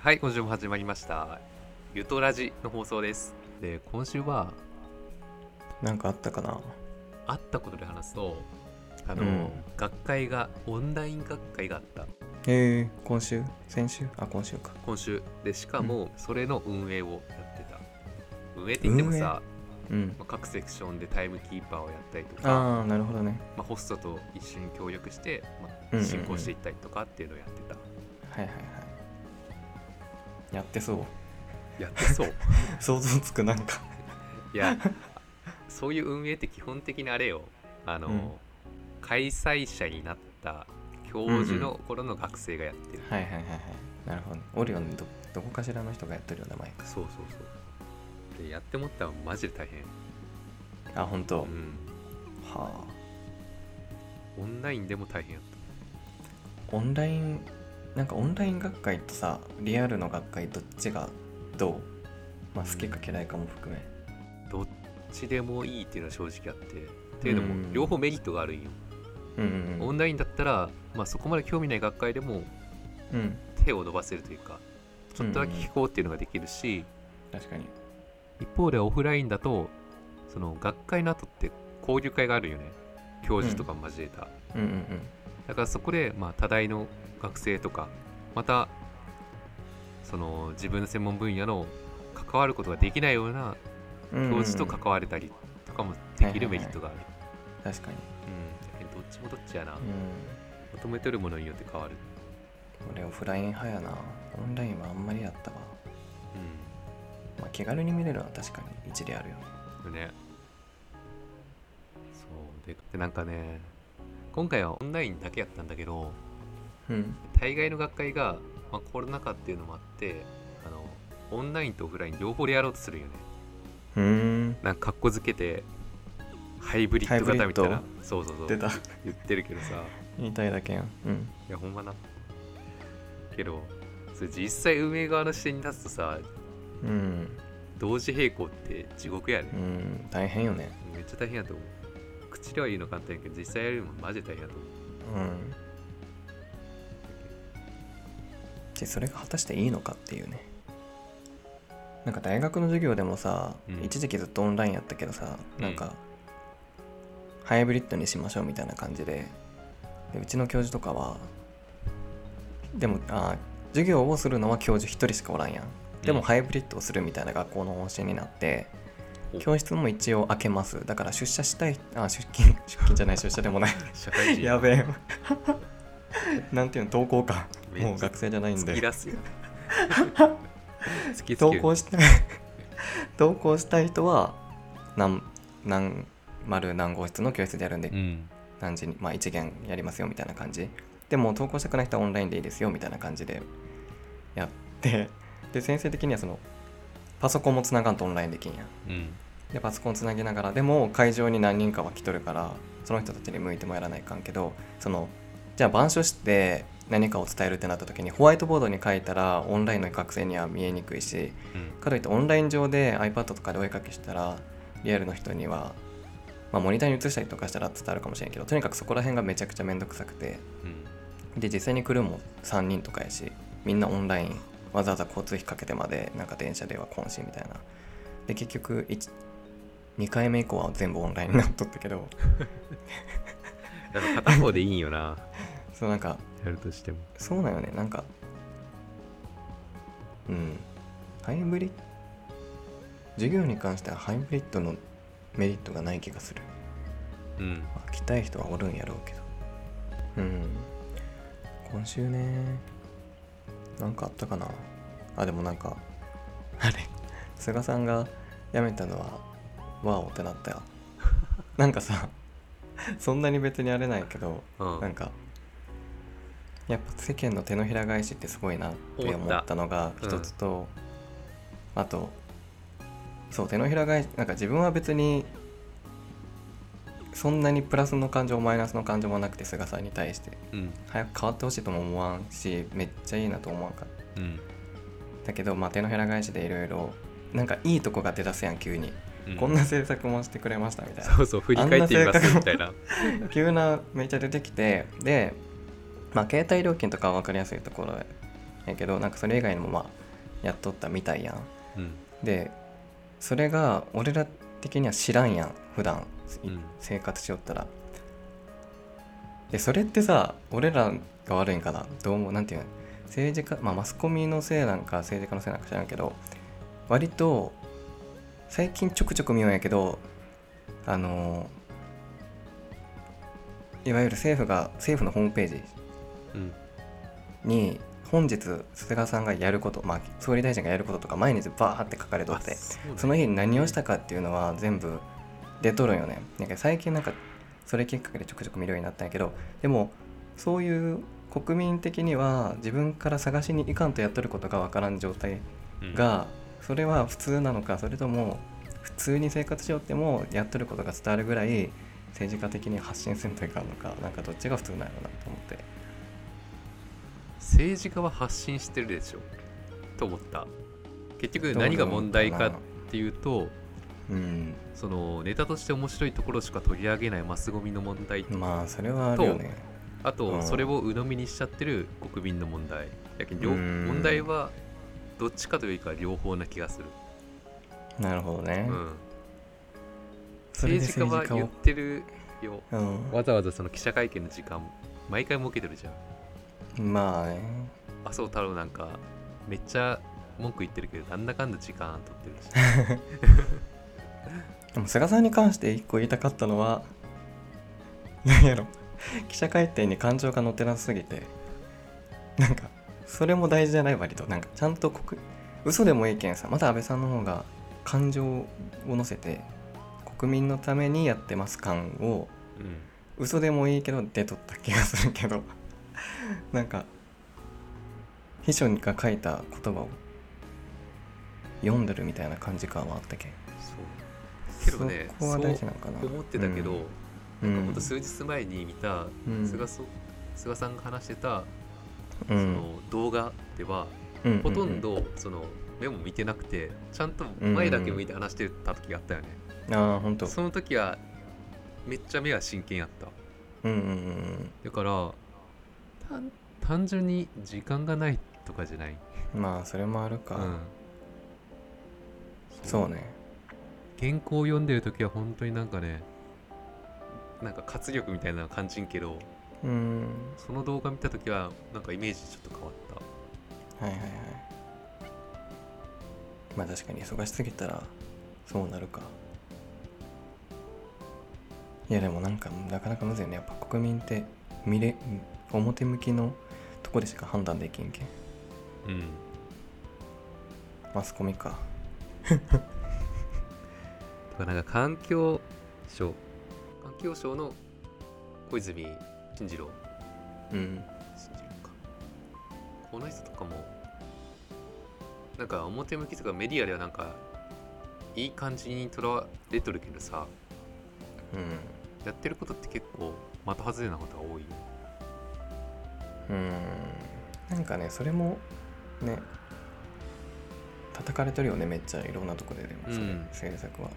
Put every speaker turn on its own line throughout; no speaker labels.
はい、今週も始まりました。ゆとラジの放送です。で、今週は
なんかあったかな
会ったことで話すと、あの、
うん
学会がオンライン学会があった
えー、今週先週あ今週か
今週で、しかもそれの運営をやってた。運営って言ってもさ、
うん
まあ各セクションでタイムキーパーをやったりとか、
ああなるほどね
まあ、ホストと一緒に協力して、ま
う
あ、
んうんうん
進行していったりとかっていうのをやってた。
はいはいはいやってそう
やってそう。
想像つくなんか
いやそういう運営って基本的にあれよあの、
うん
開催者になった教授の頃の学生がやってる、
はいはいはいはいなるほどねオリオンのどどこかしらの人がやってるような前か
そうそうそうでやってもったらマジで大変、
あ本当、
うん、
は
オンラインでも大変やっ
あオンラインなんかオンライン学会とさリアルの学会どっちがどうまあ好きか嫌いかも含め
たどっちでもいいっていうのは正直あってっていうの
うん
も両方メリットがあるんよ、
うん
オンラインだったら、まあ、そこまで興味ない学会でも
うんうん
手を伸ばせるというかちょっとだけ聞こうっていうのができるし、
確かに
一方でオフラインだとその学会の後って交流会があるよね教授とかも交えた、
うんうん
だからそこで、まあ、多大の学生とかまたその自分の専門分野の関わることができないような
うんうんうん
教授と
うんうん
関われたりとかもできる
は
メ
いはいはい
リットがある、
確かに
うんだけどどっちもどっちやな、
うん
求めてるものによって変わる、
俺オフライン派やなオンラインはあんまりやったわ、
う
まあ、気軽に見れるのは確かに一理あるよね
ん、ねそうででなんかね今回はオンラインだけやったんだけど、
うん
大概の学会が、まあ、コロナ禍っていうのもあってあのオンラインとオフライン両方でやろうとするよね
うーん
なんか格好づけてハイブリッド型みたい
ハ
な
イ
そうそうそ
出
う
た
言ってるけどさ
言いたいだけやんうん
いやほんまなけどそれ実際運営側の視点に立つとさ
うん、
同時並行って地獄やね
う、ん、大変よね
めっちゃ大変やと思う口では言うの簡単やけど実際やるのもマジで大変やと思う
うんでそれが果たしていいのかっていうねなんか大学の授業でもさ、
うん
一時期ずっとオンラインやったけどさ、
うん
なんかハイブリッドにしましょうみたいな感じででうちの教授とかはでもあ授業をするのは教授一人しかおらんやんでも
うん
ハイブリッドをするみたいな学校の方針になって、
お
教室も一応開けますだから出社したいあ出勤出勤じゃない出社でもない
社会人
やべえ。 なんていうの、投稿か。
めっちゃ
もう学生じゃないん
突き
で。
出 すよ突きつ
投
ける
稿したい、 投稿したい人は、何、何、丸何号室の教室でやるんで、
うん
何時に、まあ一元やりますよみたいな感じ。でも投稿したくない人はオンラインでいいですよみたいな感じでやって、で、先生的にはその、パソコンもつながんとオンラインできんやん。
うん
でパソコンつなぎながらでも会場に何人かは来とるからその人たちに向いてもやらないかんけどそのじゃあ板書して何かを伝えるってなった時にホワイトボードに書いたらオンラインの学生には見えにくいし
うん
かといってオンライン上で iPad とかでお絵かきしたらリアルの人には、まあ、モニターに映したりとかしたら伝わるかもしれんけどとにかくそこら辺がめちゃくちゃめんどくさくて
うん
で実際に来るのも3人とかやしみんなオンラインわざわざ交通費かけてまでなんか電車では懇親みたいなで結局2回目以降は全部オンラインになっとったけど
あの片方でいいんよな
そうなんか
やるとしても
そうなんよねなんかうんハイブリッ授業に関してはハイブリッドのメリットがない気がする
うん
まあ来たい人はおるんやろうけどうん今週ねなんかあったかなあでもなんかあれ菅さんが辞めたのはワオってなったよ なんかさそんなに別にあれないけど
うん
なんかやっぱ世間の手のひら返しってすごいなって思ったのが
思った
一つと、あとそう手のひら返しなんか自分は別にそんなにプラスの感情マイナスの感情もなくて菅さんに対して
うん
早く変わってほしいとも思わんしめっちゃいいなと思わんかっ
うん
たけど、まあ、手のひら返しでいろいろなんかいいとこが出だすやん急に、
うん
こんな制作もしてくれましたみたいな
そうそう振り返ってみますみたいな
急なめっちゃ出てきてで、まあ、携帯料金とかは分かりやすいところやけどなんかそれ以外にもまあやっとったみたいやん
うん
でそれが俺ら的には知らんやん普段い
うん
生活しよったら、でそれってさ俺らが悪いんかなどうもなんていうの政治家まあマスコミのせいなんか政治家のせいなんか知らんけど割と最近ちょくちょく見ようんやけどあのいわゆる政府が政府のホームページ
うん
に本日菅さんがやること、まあ、総理大臣がやることとか毎日バーって書かれと
あ
って
そうなん
その日に何をしたかっていうのは全部出とるんよねなんか最近なんかそれきっかけでちょくちょく見るようになったんやけどでもそういう国民的には自分から探しに行かんとやっとることがわからん状態
うん
がそれは普通なのかそれとも普通に生活しよってもやっとることが伝わるぐらい政治家的に発信せんといかんのかなんかどっちが普通なんやろうなと思って
政治家は発信してるでしょと思った結局何が問題かっていうと
うん
そのネタとして面白いところしか取り上げないマスゴミの問題
まあそれはあるよね
あ
う
と
ん
それを鵜呑みにしちゃってる国民の問題やけん両
うん
問題はどっちかというか両方な気がする、
なるほど
う
ね、
ん、
それで
政治家
政
は
治家
言っ
を
てるよ
う
わざわざその記者会見の時間毎回設けてるじゃん
ん、まあね
麻生太郎なんかめっちゃ文句言ってるけどなんだかんだ時間取ってるし
でも菅さんに関して一個言いたかったのは何やろ記者会見に感情が乗ってなさすぎてなんかそれも大事じゃない割となんかちゃんと国嘘でもいいけんさまだ安倍さんの方が感情を乗せて国民のためにやってます感を
うん
嘘でもいいけど出とった気がするけど なんか秘書が書いた言葉を読んでるみたいな感じ感はあったけん
そうけどね
そこ
そ
は
う
大事なのかな
思ってたけど、
うん
ほんと数日前に見た
うん
菅,、そ菅さんが話してた
う
そ
ん
の動画では、
うう
ほとんどその目も見てなくてちゃんと前だけ向いて話してた時があったよね、
ああほんと
その時はめっちゃ目は真剣やった
うんうんうん
だから単単純に時間がないとかじゃない、
うんまあそれもあるか、
うん、
そうね
原稿を読んでる時は本当になんかねなんか活力みたいなの感じんけど
うん
その動画見た時はなんかイメージちょっと変わった
はいはいはいまあ確かに忙しすぎたらそうなるかいやでもなんかなかなかむずいよねやっぱ国民って見れ表向きのとこでしか判断できんけん
うん
マスコミか
だからなんか環境省環境省の小泉進次郎
うん
進次郎かこの人とかもなんか表向きとかメディアではなんかいい感じにとらわれとるけどさやってることって結構的外れなことが多いよ
うんうんなんかねそれもね叩かれてるよねめっちゃいろんなとこででもそれ、
うん
政策は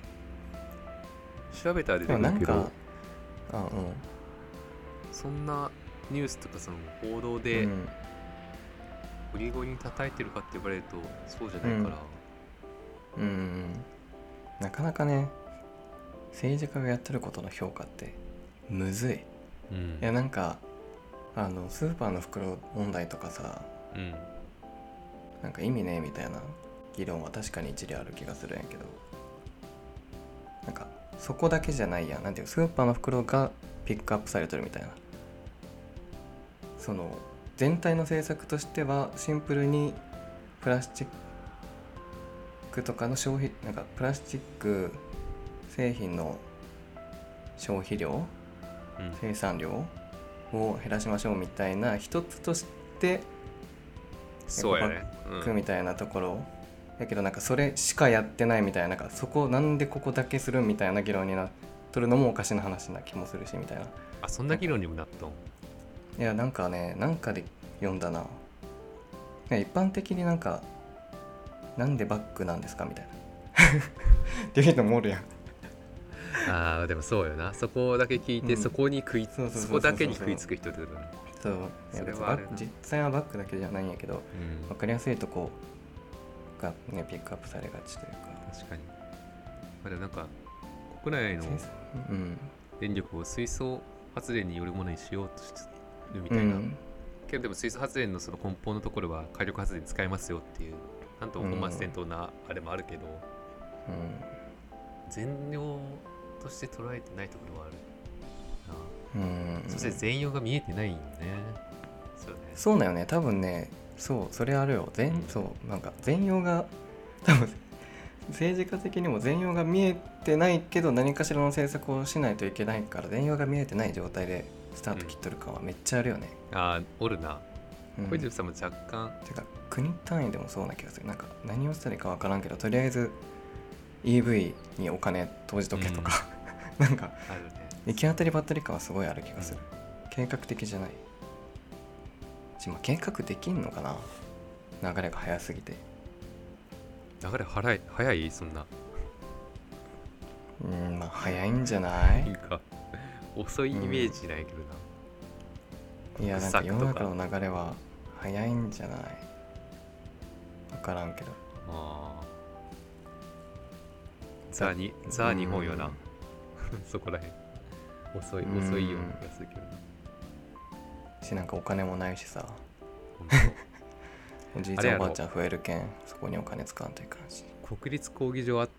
調べたら出
で
て
も
く
な
る
ん
けど
かあ
そんなニュースとかその報道
うん、
で
うん
売り声に叩いてるかって言われるとそうじゃないから、
うんなかなかね政治家がやってることの評価ってむずいい
うん
やなんかあのスーパーの袋問題とかさ
うん
なんか意味ねえみたいな議論は確かに一理ある気がするんやけどなんかそこだけじゃないやんなんていうのスーパーの袋がピックアップされてるみたいなその全体の政策としてはシンプルにプラスチックとかの消費なんかプラスチック製品の消費量
うん
生産量を減らしましょうみたいな一つとして
そうやね、う
く
ん、
みたいなところやけどなんかそれしかやってないみたいななんかそこなんでここだけするみたいな議論になっとるのもおかしな話な気もするしみたいな
あそんな議論にもなったん
いやなんかねなんかで読んだなね一般的になんかなんでバックなんですかみたいなっていう人もおるやん
あーでもそうよなそこだけ聞いて、
うん
そこに食い
そうそうそうそうそう
そこだけに食いつく人ってことだね
そういや
それ
別に
はあ
バ
るな
ッ実際はバックだけじゃないんやけど
うん
分かりやすいとこがねピックアップされがちというか
確かにまあでもなんか国内の
先生うん
電力を水素発電によるものにしようとしてるみ
う
たいな、
ん
けどでも水素発電のその根本のところは火力発電使いますよっていうなんとも本末転倒なあれもあるけど、全容として捉えてないところはあるな
うんうん
そして全容が見えてないんだね。そうね。
そうだよね多分ねそうそれあるよ全、
うん
そうなんか全容が 多分政治家的にも全容が見えてないけど何かしらの政策をしないといけないから全容が見えてない状態でスタート切っとる感はめっちゃあるよね。
あーおるな。
うん
小泉さんも若干、
てか国単位でもそうな気がするなんか何をしたらいいか分からんけどとりあえず EV にお金投じとけとか、 なんか
あるね。
行き当たりばったり感はすごいある気がする計画的じゃないちまあ計画できんのかな流れが早すぎて
流れ早い、早いそんな。
うんまあ早いんじゃないい
いか。遅いイメージないけどな。
いやなんか世の
サク
中
とか
の流れは早いんじゃない分からんけど
ああ。ザに、ザ日本よな。そこらへん。遅い、遅いような気がするけどな。
しなんかお金もないしさ
ほん
おじい
あ
ち
れ
ゃ
や
んお
ろ
ばあちゃん増えるけんそこにお金使わんといかんし
と国立競技場あ、ん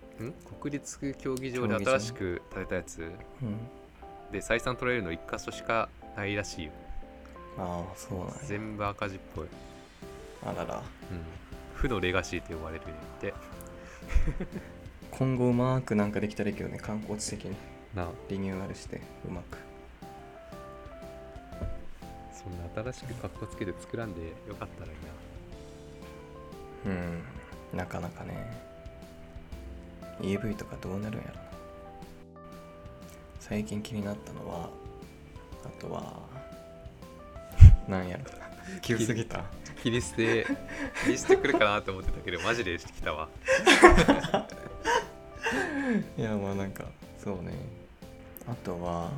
国立競技場で新しく建てたやつ
うん
で採算取れるの一箇所しかないらしいよ。
ああそうなんや
全部赤字っぽい。
あらら
うん、負のレガシーと呼ばれるんで
今後うまくなんかできたらいいけどね観光地的に
な
リニューアルしてうまく
そんな新しく格好つけて作らんでよか ったらいいな
うんなかなかね EV とかどうなるんやろな最近気になったのはあとはなんやろ 急すぎた
切り捨て切り捨てくるかなと思ってたけどマジでしてきたわ
いやまあなんかそうねあとは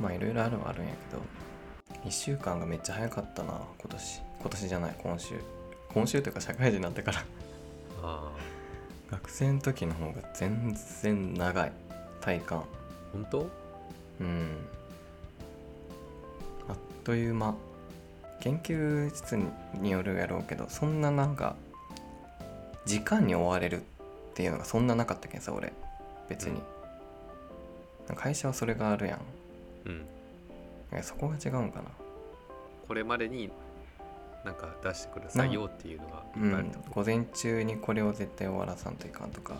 まあいろいろあるはあるんやけど1週間がめっちゃ早かったな今年今年じゃない今週今週というか社会人になってから
あ
学生の時の方が全然長い体感
あ本当
うんあっという間研究室によるやろうけどそんななんか時間に追われるっていうのがそんななかったけんさ俺別に、なんか会社はそれがあるやん
うん
いやそこが違うんかな
これまでになんか出してくる作業っていうのが
う
いっぱいある
ん
と思
午前中にこれを絶対終わらさんといかんとか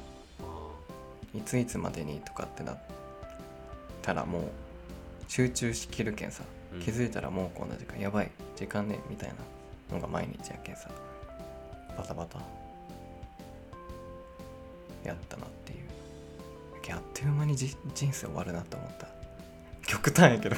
う、
いついつまでにとかってなったらもう集中しきるけんさ
ああうん
気づいたらもうこんな時間やばい時間ねみたいなのが毎日やけんさバタバタやったなっていうけんあっという間にじ人生終わるなと思った極端 やけど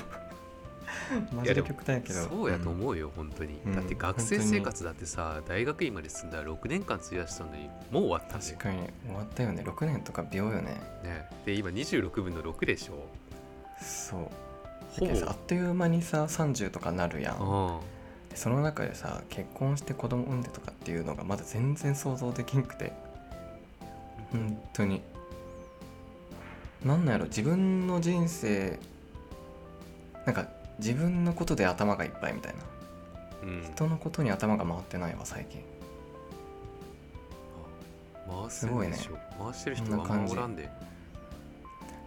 マ
いや
ジ
で
で
も
極端やけど
そうやと
う
思うよ、本当に、
うん
だって学生生活だってさ大学院まで進んだら6年間費やしたのにもう終わったん
ん
だ
確
よ
かに終わったよね6年とか秒よね
ねで今26分の6でしょ
そう
ほぼ
だけどさあっという間にさ30とかなるやん
うん
でその中でさ結婚して子供産んでとかっていうのがまだ全然想像できんくて本当になんなんやろ自分の人生なんか自分のことで頭がいっぱいみたいな
うん
人のことに頭が回ってないわ最近
回
す
す
ご
ご
い
い
ね
ね回してる人
そん
が
な
あん
感
ま
じ
おらんで、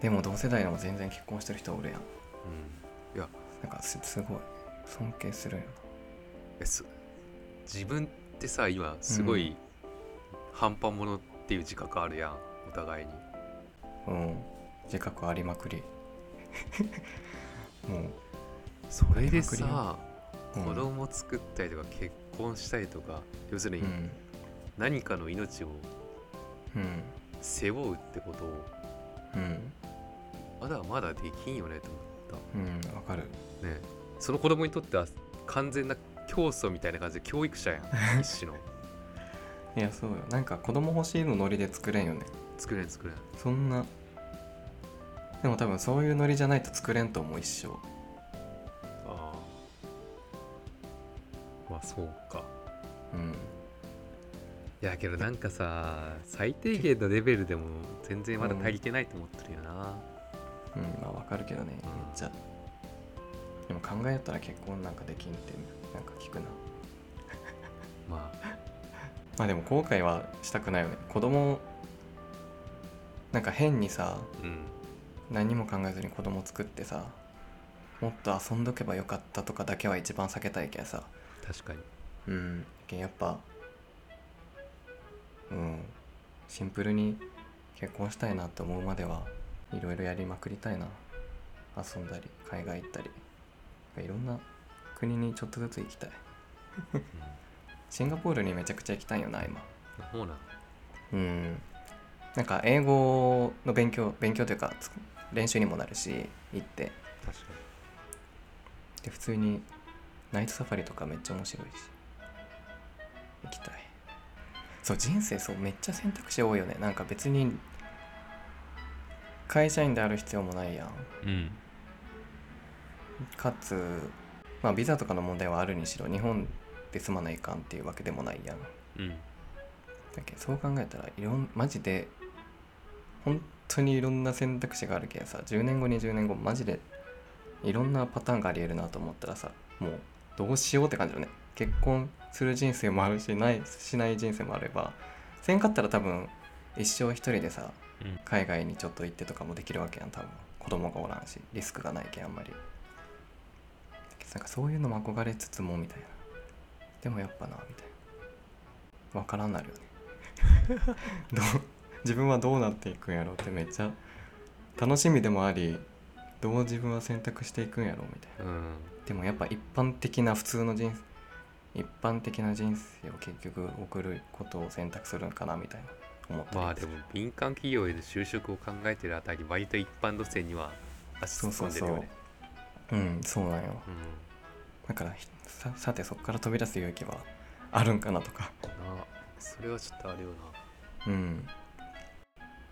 でも同世代でも全然結婚してる人おるや
う
ん
ん、いや
なんかすすごい尊敬するよ
えす自分ってさ今すごい半端者っていう自覚あるやんお互いに
なうん自覚ありまくり もう
それでさ
うん
子供作ったりとか結婚したりとか要する
う
に
ん
何かの命を
うん
背負うってことを
うん
まだまだできんよねと思っ
うんわかる
たねその子供にとっては完全な教祖みたいな感じで教育者や ん一種の
いやそうよなんか子供欲しいのノリで作れんよね
作れん作れん
そんなでも多分そういうノリじゃないと作れんと思う一生
あそうか
うん
いやけどなんかさ最低限のレベルでも全然まだ足りてないと思ってるよな、
うんまあわかるけどねめっ
うん
ちゃでも考えよったら結婚なんかできんってなんか聞くな
まあ
まあでも後悔はしたくないよね子供なんか変にさ
うん
何も考えずに子供作ってさもっと遊んどけばよかったとかだけは一番避けたいけんさ
確かに
うんけんやっぱうんシンプルに結婚したいなって思うまではいろいろやりまくりたいな遊んだり海外行ったりいろんな国にちょっとずつ行きたいシンガポールにめちゃくちゃ行きたいよな今
うんそうなん
うんなんか英語の勉強勉強というかつ練習にもなるし行って
確か
で普通にナイトサファリとかめっちゃ面白いし行きたいそう人生そうめっちゃ選択肢多いよねなんか別に会社員である必要もないやん
にうん
かつまあビザとかの問題はあるにしろ日本で住まないかんっていうわけでもないやん
うん
だけどそう考えたらいろんマジで本当にいろんな選択肢があるけんさ10年後20年後マジでいろんなパターンがありえるなと思ったらさもうどうしようって感じだね結婚する人生もあるしないしない人生もあればせんかったら多分一生一人でさ
うん
海外にちょっと行ってとかもできるわけやん多分子供がおらんしリスクがないけんあんまりなんかそういうのも憧れつつもみたいなでもやっぱなみたいなわからんなるよねどう 自分はどうなっていくんやろうってめっちゃ楽しみでもありどう自分は選択していくんやろうみたいな
うん
でもやっぱ一般的な普通の人生一般的な人生を結局送ることを選択するんかなみたいな思ったり
まあでも民間企業への就職を考えてるあたり割と一般路線には足
そ
突
う
っ
そ
込でるよ
うんそう
ね
うんそうなんよだからひささてそこから飛び出す勇気はあるんかなとか
うんなあそれはちょっとあれよな
うん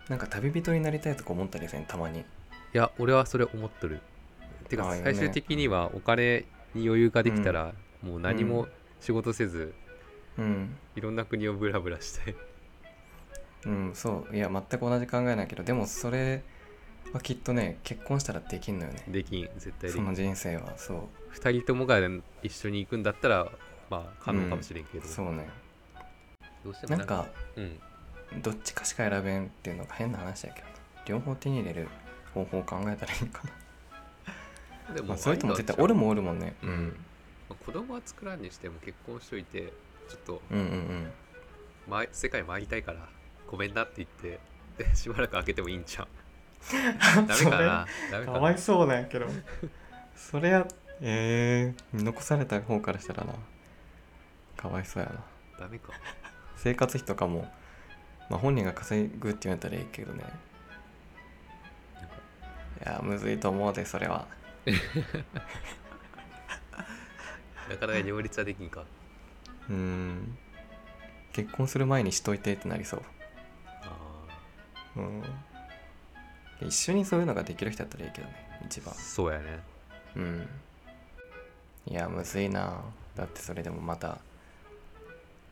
なんか旅人になりたいとか思ったりせんたまに
いや俺はそれ思っとるて
あ
か
あいいよね
最終的にはお金に余裕ができたらもう何も仕事せず
うん
いろんな国をブラブラして
うんそういや全く同じ考えないけどでもそれはきっとね結婚したらできんのよね
できん絶対で
そ
きん
の人生はそう
2人ともが一緒に行くんだったらまあ可能かもしれんけど、
そうね
どうしても
なんか
うん
どっちかしか選べんっていうのが変な話やけどな両方手に入れる方法を考えたらいいのかな、
で
まあ、それとも
あり
絶
なん
対
ちゃう
おるもおるもんね、
う
うんん、
まあ子供は作らんにしても結婚しといてちょっと
うんうんうん
ま、世界回りたいからごめんなって言ってでし ばらく開けてもいいん ちゃうダメかなダメかな
そうなんやけどそれやえー、残された方からしたらなかわいそうやな
ダメか
生活費とかも、まあ、本人が稼ぐって言われたらいいけどねいやむずいと思うでそれは
なかなか両立はできん か
うーん結婚する前にしといてってなりそう
あ
うん一緒にそういうのができる人だったらいいけどね一
ー
番
そうやね
うんいやむずいなだってそれでもまた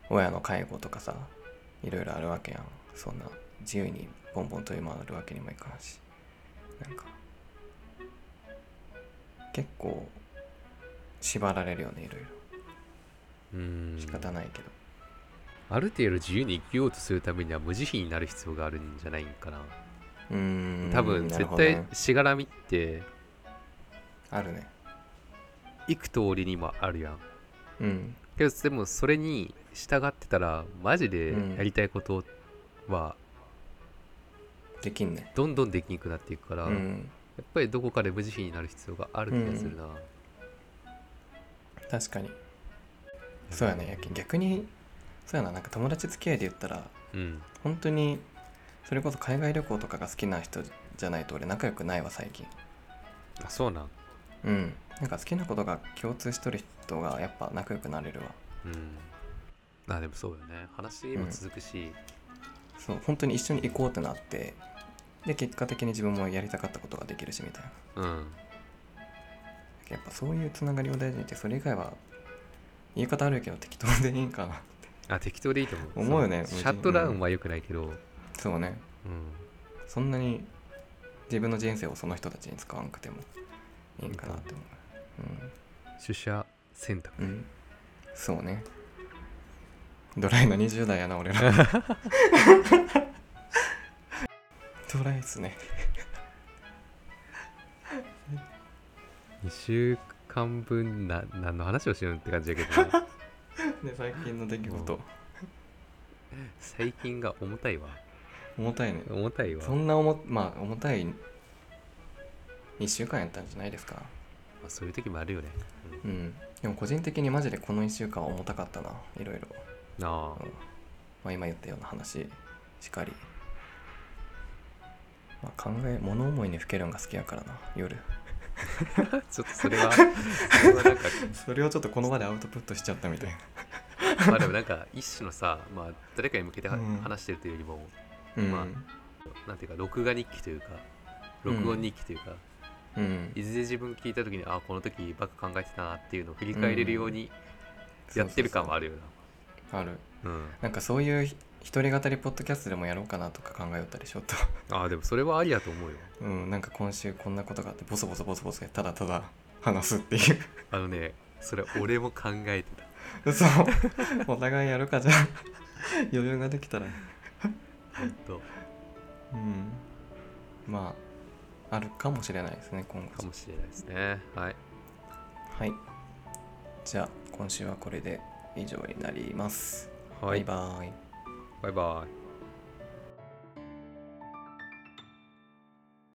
親の介護とかさいろいろあるわけやんそんな自由にボンボン飛び回るわけにもいかんしなんか結構縛られるよねいろいろ
うん
仕方ないけど
ある程度自由に生きようとするためには無慈悲になる必要があるんじゃないんかな
うーん
多分
な
絶
るほど
対
ね
しがらみって
あるね
幾通りにもあるやん
うん
けどでもそれに従ってたらマジでやりたいことは
できんね
どんどんできなくなっていくから、
うん
やっぱりどこかで無慈悲になる必要がある気がするな、
確かにそうやねやけ逆にそうやななんか友達付き合いで言ったら
うん
本当にそれこそ海外旅行とかが好きな人じゃないと俺仲良くないわ最近
あそうなん
うんなんか好きなことが共通しとる人がやっぱ仲良くなれるわ
うんあでもそうよね話も続くし、
そう本当に一緒に行こうってなってで結果的に自分もやりたかったことができるしみたいな
うん
やっぱそういうつながりを大事にしてそれ以外は言い方悪いけど適当でいいんかな
あ適当でいいと思う
思うよね
そのシャットダウンは良くないけど、うん
そうねそんなに自分の人生をその人たちに使わなくてもいいんかなって思
取捨選択
ううん、うん、そうねドライな20代やな俺ら ドライっすね
2週間分な何の話をしようって感じだけど な
で最近の出来事
最近が重たいわ
重たいね
重たいわ
そんな重まあ重たい1週間やったんじゃないですか
まあそういう時もあるよね、
うんでも個人的にマジでこの1週間は重たかったないろいろ、
うん、ああ
うんまあ、今言ったような話しかり、まあ、考え物思いにふけるんが好きやからな夜
ちょっとそれはそれはなんか
それをちょっとこの場でアウトプットしちゃったみたいな
まあでもなんか一種のさ、まあ、誰かに向けては
うん
話してるというよりも、
うん、
まなんていうか録画日記というか録音日記というか、
うん
いずれ自分聞いた時にあこの時ばっか考えてたなっていうのを振り返れるようにやってる感はあ
る
るよ
ある
なうん
なんかそういうひ一人語りポッドキャストでもやろうかなとか考えよったりしょっと
ああでもそれはありやと思うよ
うんなんか今週こんなことがあってボソボソボソボソただただ話すっていう
あのねそれ俺も考えてた
嘘 お互いやるかじゃあ 余裕ができたら
ほんと
うんまああるかもしれないですね今
か
後
もしれないですねはい
はいじゃあ今週はこれで以上になります、
はい
バイバイ
バイバイ